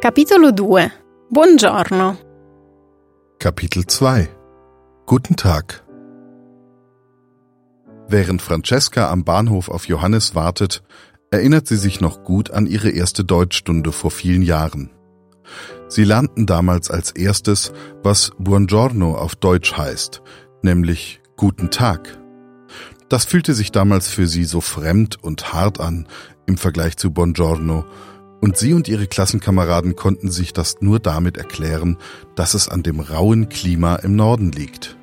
Capitolo 2 Buongiorno. Kapitel 2 Guten Tag Während Francesca am Bahnhof auf Johannes wartet, erinnert sie sich noch gut an ihre erste Deutschstunde vor vielen Jahren. Sie lernten damals als erstes, was Buongiorno auf Deutsch heißt, nämlich Guten Tag. Das fühlte sich damals für sie so fremd und hart an im Vergleich zu Buongiorno, und sie und ihre Klassenkameraden konnten sich das nur damit erklären, dass es an dem rauen Klima im Norden liegt.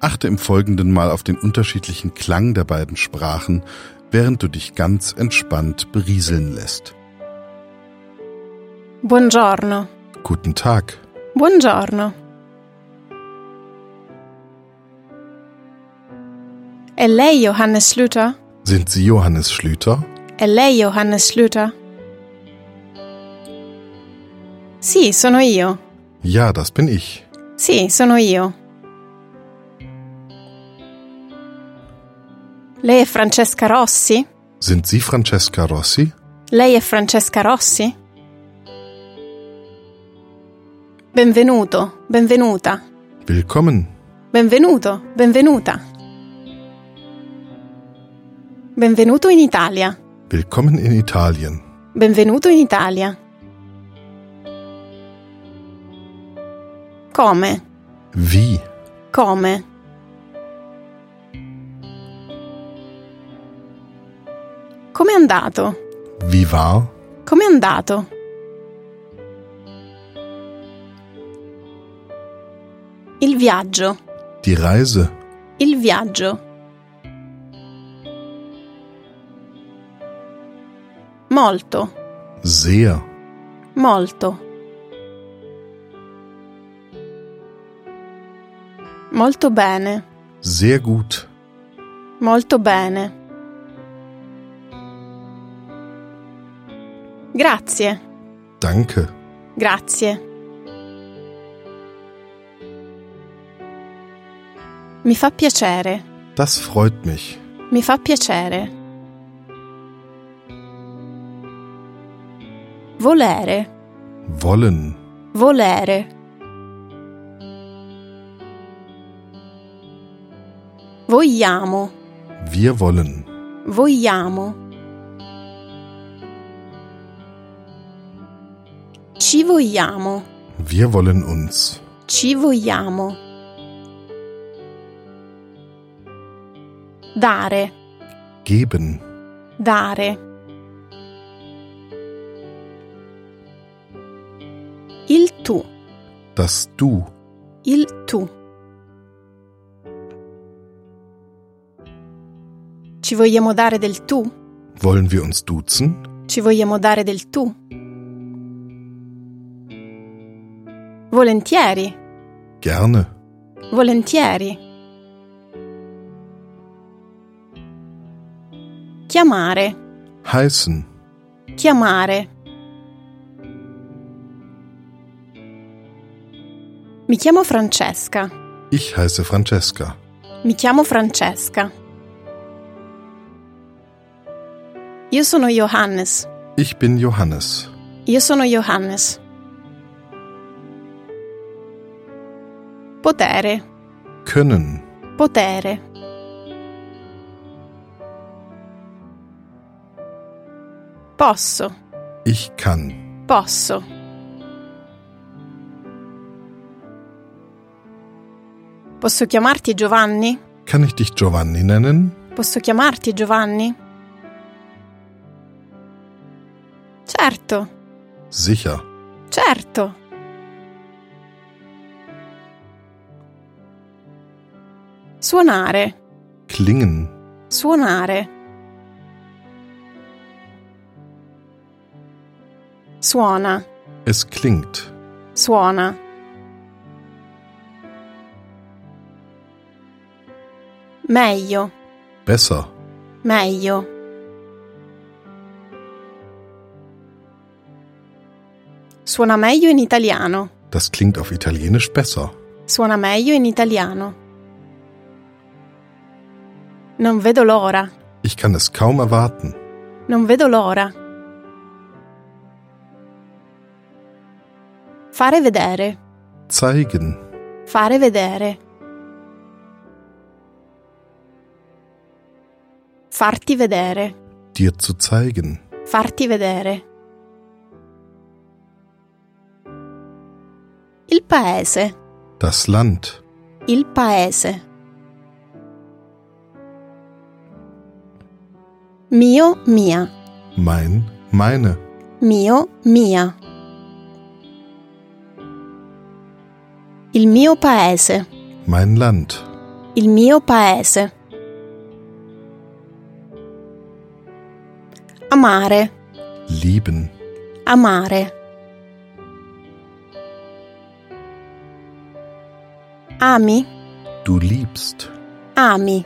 Achte im Folgenden mal auf den unterschiedlichen Klang der beiden Sprachen, während du dich ganz entspannt berieseln lässt. Buongiorno. Guten Tag. Buongiorno. È lei Johannes Schlüter? Sind Sie Johannes Schlüter? È lei Johannes Schlüter? Sì, sono io. Ja, das bin ich. Sì, sono io. Lei è Francesca Rossi? Sind Sie Francesca Rossi? Lei è Francesca Rossi? Benvenuto, benvenuta. Willkommen. Benvenuto, benvenuta. Benvenuto in Italia. Willkommen in Italien. Benvenuto in Italia. Come? Wie? Come? Com'è andato? Wie war? Com'è andato? Il viaggio. Die Reise? Il viaggio. Molto, Sehr. molto. Molto bene, Sehr gut. molto bene. Grazie, Danke. grazie. Mi fa piacere, Das freut mich. mi fa piacere. Volere. Wollen. Volere. Vogliamo, Wir wollen. vogliamo. Ci vogliamo, Wir wollen uns. ci vogliamo. Dare, Geben. dare. Il tu. Das Du. Il tu. Ci vogliamo dare del tu? Wollen wir uns duzen? Ci vogliamo dare del tu? Volentieri, Gerne. volentieri. Chiamare, Heißen. chiamare. Mi chiamo Francesca. Ich heiße Francesca. Mi chiamo Francesca. Io sono Johannes. Ich bin Johannes. Io sono Johannes. Potere, Können. potere. Posso, Ich kann. posso. Posso chiamarti Giovanni? Kann ich dich Giovanni nennen? Posso chiamarti Giovanni? Certo, Sicher. certo. Suonare, Klingen. suonare. Suona, Es klingt. suona. Meglio. Besser. Meglio. Suona meglio in italiano. Das klingt auf Italienisch besser. Suona meglio in italiano. Non vedo l'ora. Ich kann es kaum erwarten. Non vedo l'ora. Fare vedere. Zeigen. Fare vedere. Farti vedere. Dir zu zeigen. Farti vedere. Il paese. Das Land. Il paese. Mio, mia. Mein. Meine. Mio, mia. Il mio paese. Mein Land. Il mio paese. Amare, Lieben. amare. Ami, Du liebst. ami.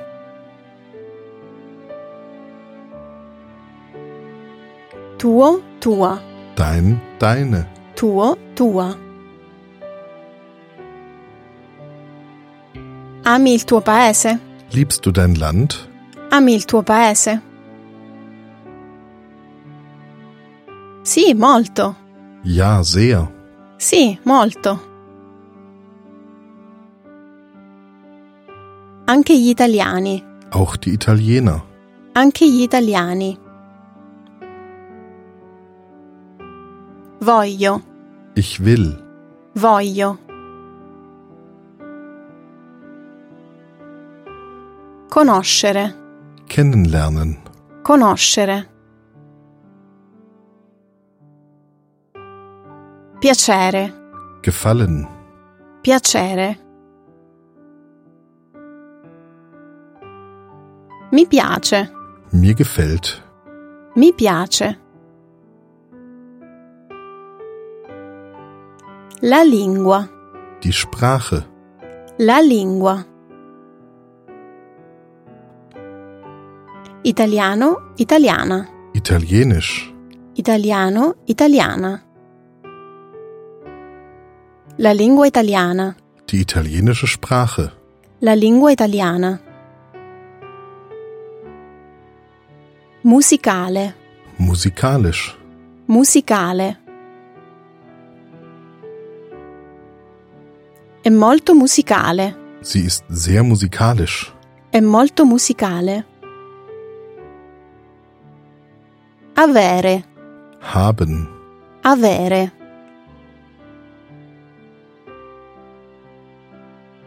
Tuo, tua, Dein. Deine. tuo, tua. Ami il tuo paese, Liebst du dein Land? ami il tuo paese. Sì, molto. Ja, sehr. Sì, molto. Anche gli italiani, Auch die Italiener. anche gli italiani. Voglio, Ich will. voglio. Conoscere, Kennenlernen. conoscere. Piacere. Gefallen. Piacere. Mi piace, Mir gefällt. mi piace. La lingua, Die Sprache. la lingua. Italiano, italiana, Italienisch. italiano, italiana. La lingua italiana. Die italienische Sprache. La lingua italiana. Musicale, Musikalisch. musicale. È molto musicale, Sie ist sehr musikalisch. è molto musicale. Avere, Haben. avere.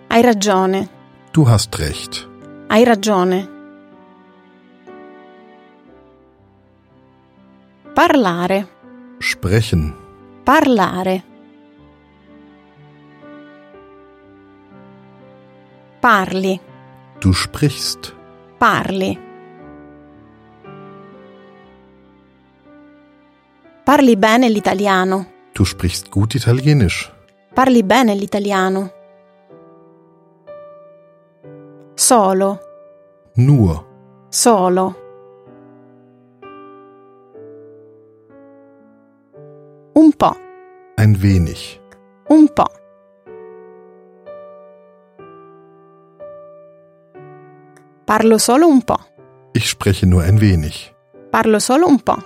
Hai ragione. Du hast recht. Hai ragione. Parlare, Sprechen. parlare. Parli, Du sprichst. parli. Parli bene l'italiano, Du sprichst gut Italienisch. parli bene l'italiano. Solo. Nur. Solo. Un po', Ein wenig. un po'. Parlo solo un po', Ich spreche nur ein wenig. parlo solo un po'.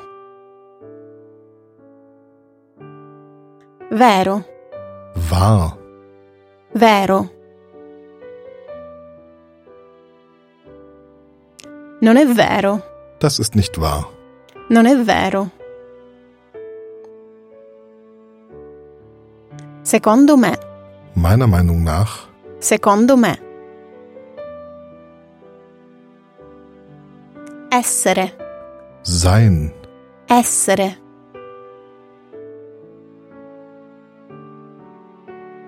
Vero, Wahr. vero. Non è vero. Das ist nicht wahr. Non è vero. Secondo me, Meiner Meinung nach. secondo me. Essere, Sein. essere.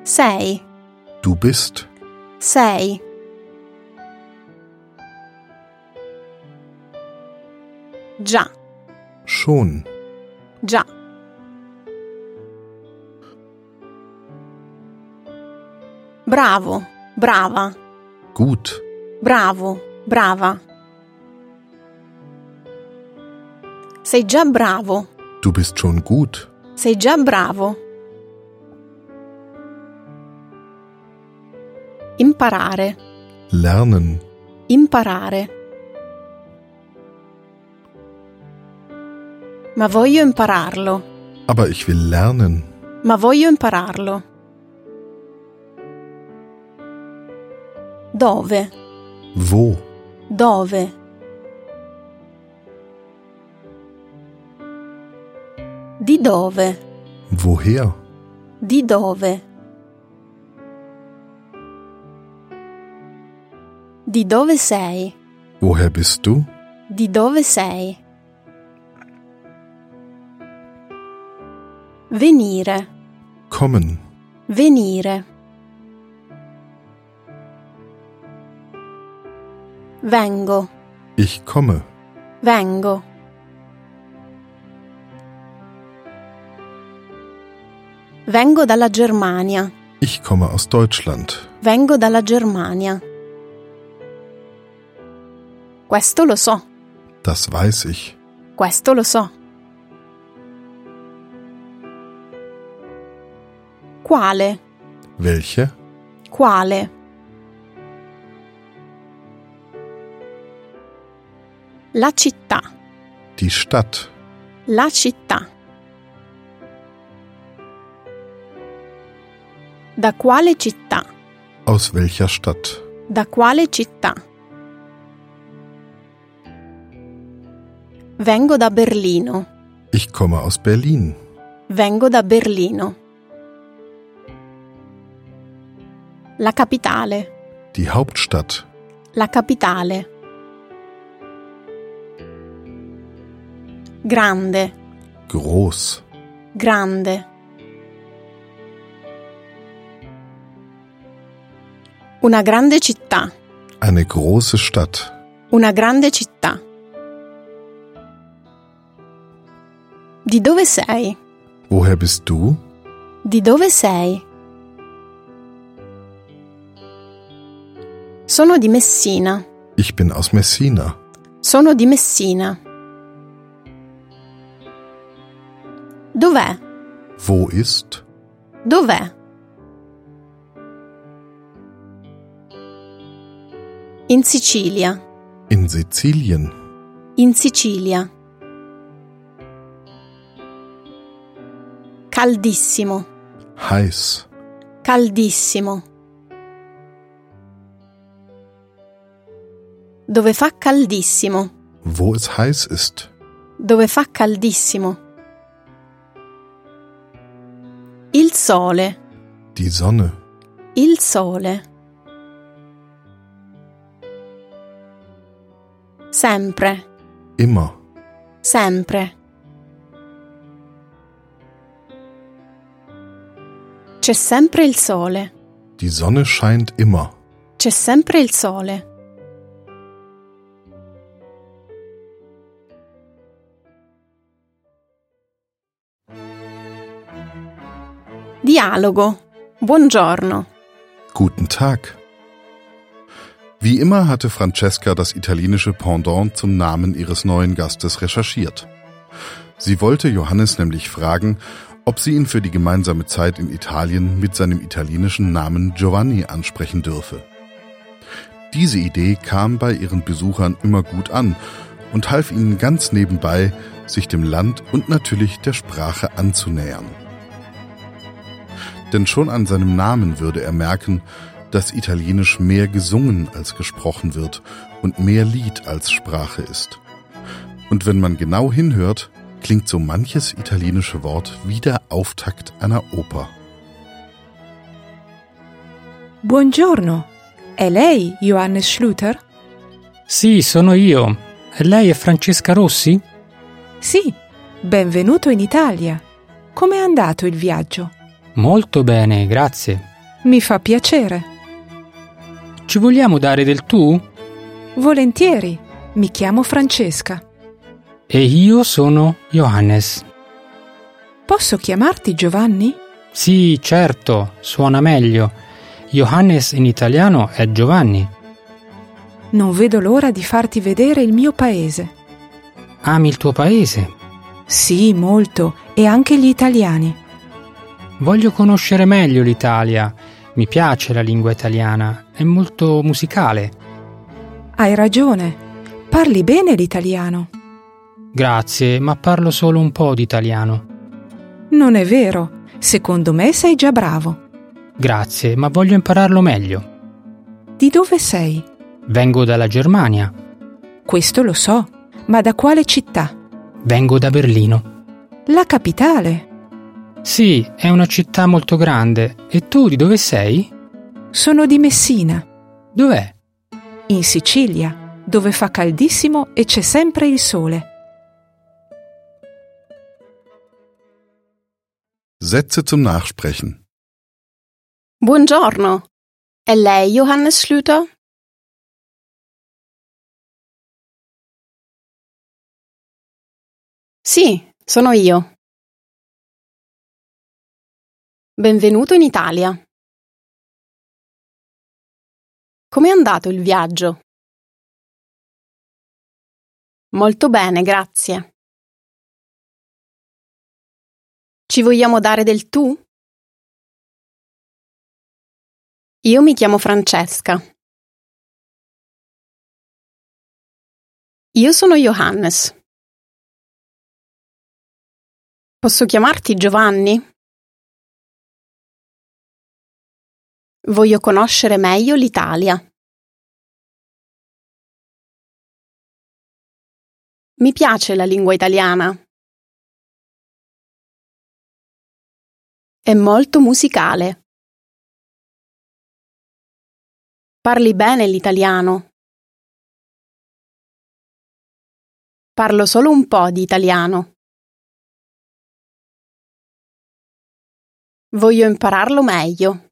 Sei, Du bist. sei. Già, Schon. già. Bravo, brava, Gut. bravo, brava. Sei già bravo, Du bist schon gut. sei già bravo. Imparare, Lernen. imparare. Ma voglio impararlo, Aber ich will lernen. ma voglio impararlo. Dove? Wo? Dove? Di dove? Woher? Di dove? Di dove sei? Woher bist du? Di dove sei? Venire, Kommen. venire. Vengo, Ich komme. vengo. Vengo dalla Germania, Ich komme aus Deutschland. vengo dalla Germania. Questo lo so. Das weiß ich. Questo lo so. Quale? Welche? Quale? La città, Die Stadt. la città. Da quale città? Aus welcher Stadt? Da quale città? Vengo da Berlino. Ich komme aus Berlin. Vengo da Berlino. La capitale, Die Hauptstadt. la capitale. Grande, Groß. grande. Una grande città, Eine große Stadt. una grande città. Di dove sei? Woher bist du? Di dove sei? Sono di Messina. Ich bin aus Messina. Sono di Messina. Dov'è? Wo ist? Dov'è? In Sicilia. In Sizilien. In Sicilia. Caldissimo. Heiß. Caldissimo. Dove fa caldissimo? Wo es heiß ist. Dove fa caldissimo? Il sole, Die Sonne. il sole. Sempre, Immer. sempre. C'è sempre il sole. Die Sonne scheint immer. C'è sempre il sole. Dialogo. Buongiorno. Guten Tag. Wie immer hatte Francesca das italienische Pendant zum Namen ihres neuen Gastes recherchiert. Sie wollte Johannes nämlich fragen, ob sie ihn für die gemeinsame Zeit in Italien mit seinem italienischen Namen Giovanni ansprechen dürfe. Diese Idee kam bei ihren Besuchern immer gut an und half ihnen ganz nebenbei, sich dem Land und natürlich der Sprache anzunähern denn schon an seinem Namen würde er merken, dass Italienisch mehr gesungen als gesprochen wird und mehr Lied als Sprache ist. Und wenn man genau hinhört, klingt so manches italienische Wort wie der Auftakt einer Oper. Buongiorno, è lei Johannes Schluter? Sì, sono io. E lei è Francesca Rossi? Sì, benvenuto in Italia. Com'è andato il viaggio? Molto bene, grazie. Mi fa piacere. Ci vogliamo dare del tu? Volentieri, mi chiamo Francesca. E io sono Johannes. Posso chiamarti Giovanni? Sì, certo, suona meglio. Johannes in italiano è Giovanni. Non vedo l'ora di farti vedere il mio paese. Ami il tuo paese. Sì, molto, e anche gli italiani. Voglio conoscere meglio l'Italia. Mi piace la lingua italiana, è molto musicale. Hai ragione, parli bene l'italiano. Grazie, ma parlo solo un po' di italiano. Non è vero, Secondo me sei già bravo. Grazie, ma voglio impararlo meglio. Di dove sei? Vengo dalla Germania, Questo lo so, ma da quale città? vengo da Berlino. La capitale. Sì, è una città molto grande. E tu di dove sei? Sono di Messina, Dov'è? in Sicilia, dove fa caldissimo e c'è sempre il sole. Sätze zum Nachsprechen. Buongiorno. È lei Johannes Schlüter? Sì, sono io. Benvenuto in Italia. Com'è andato il viaggio? Molto bene, grazie. Ci vogliamo dare del tu? Io mi chiamo Francesca. Io sono Johannes. Posso chiamarti Giovanni? Voglio conoscere meglio l'Italia. Mi piace la lingua italiana. È molto musicale. Parli bene l'italiano. Parlo solo un po' di italiano. Voglio impararlo meglio.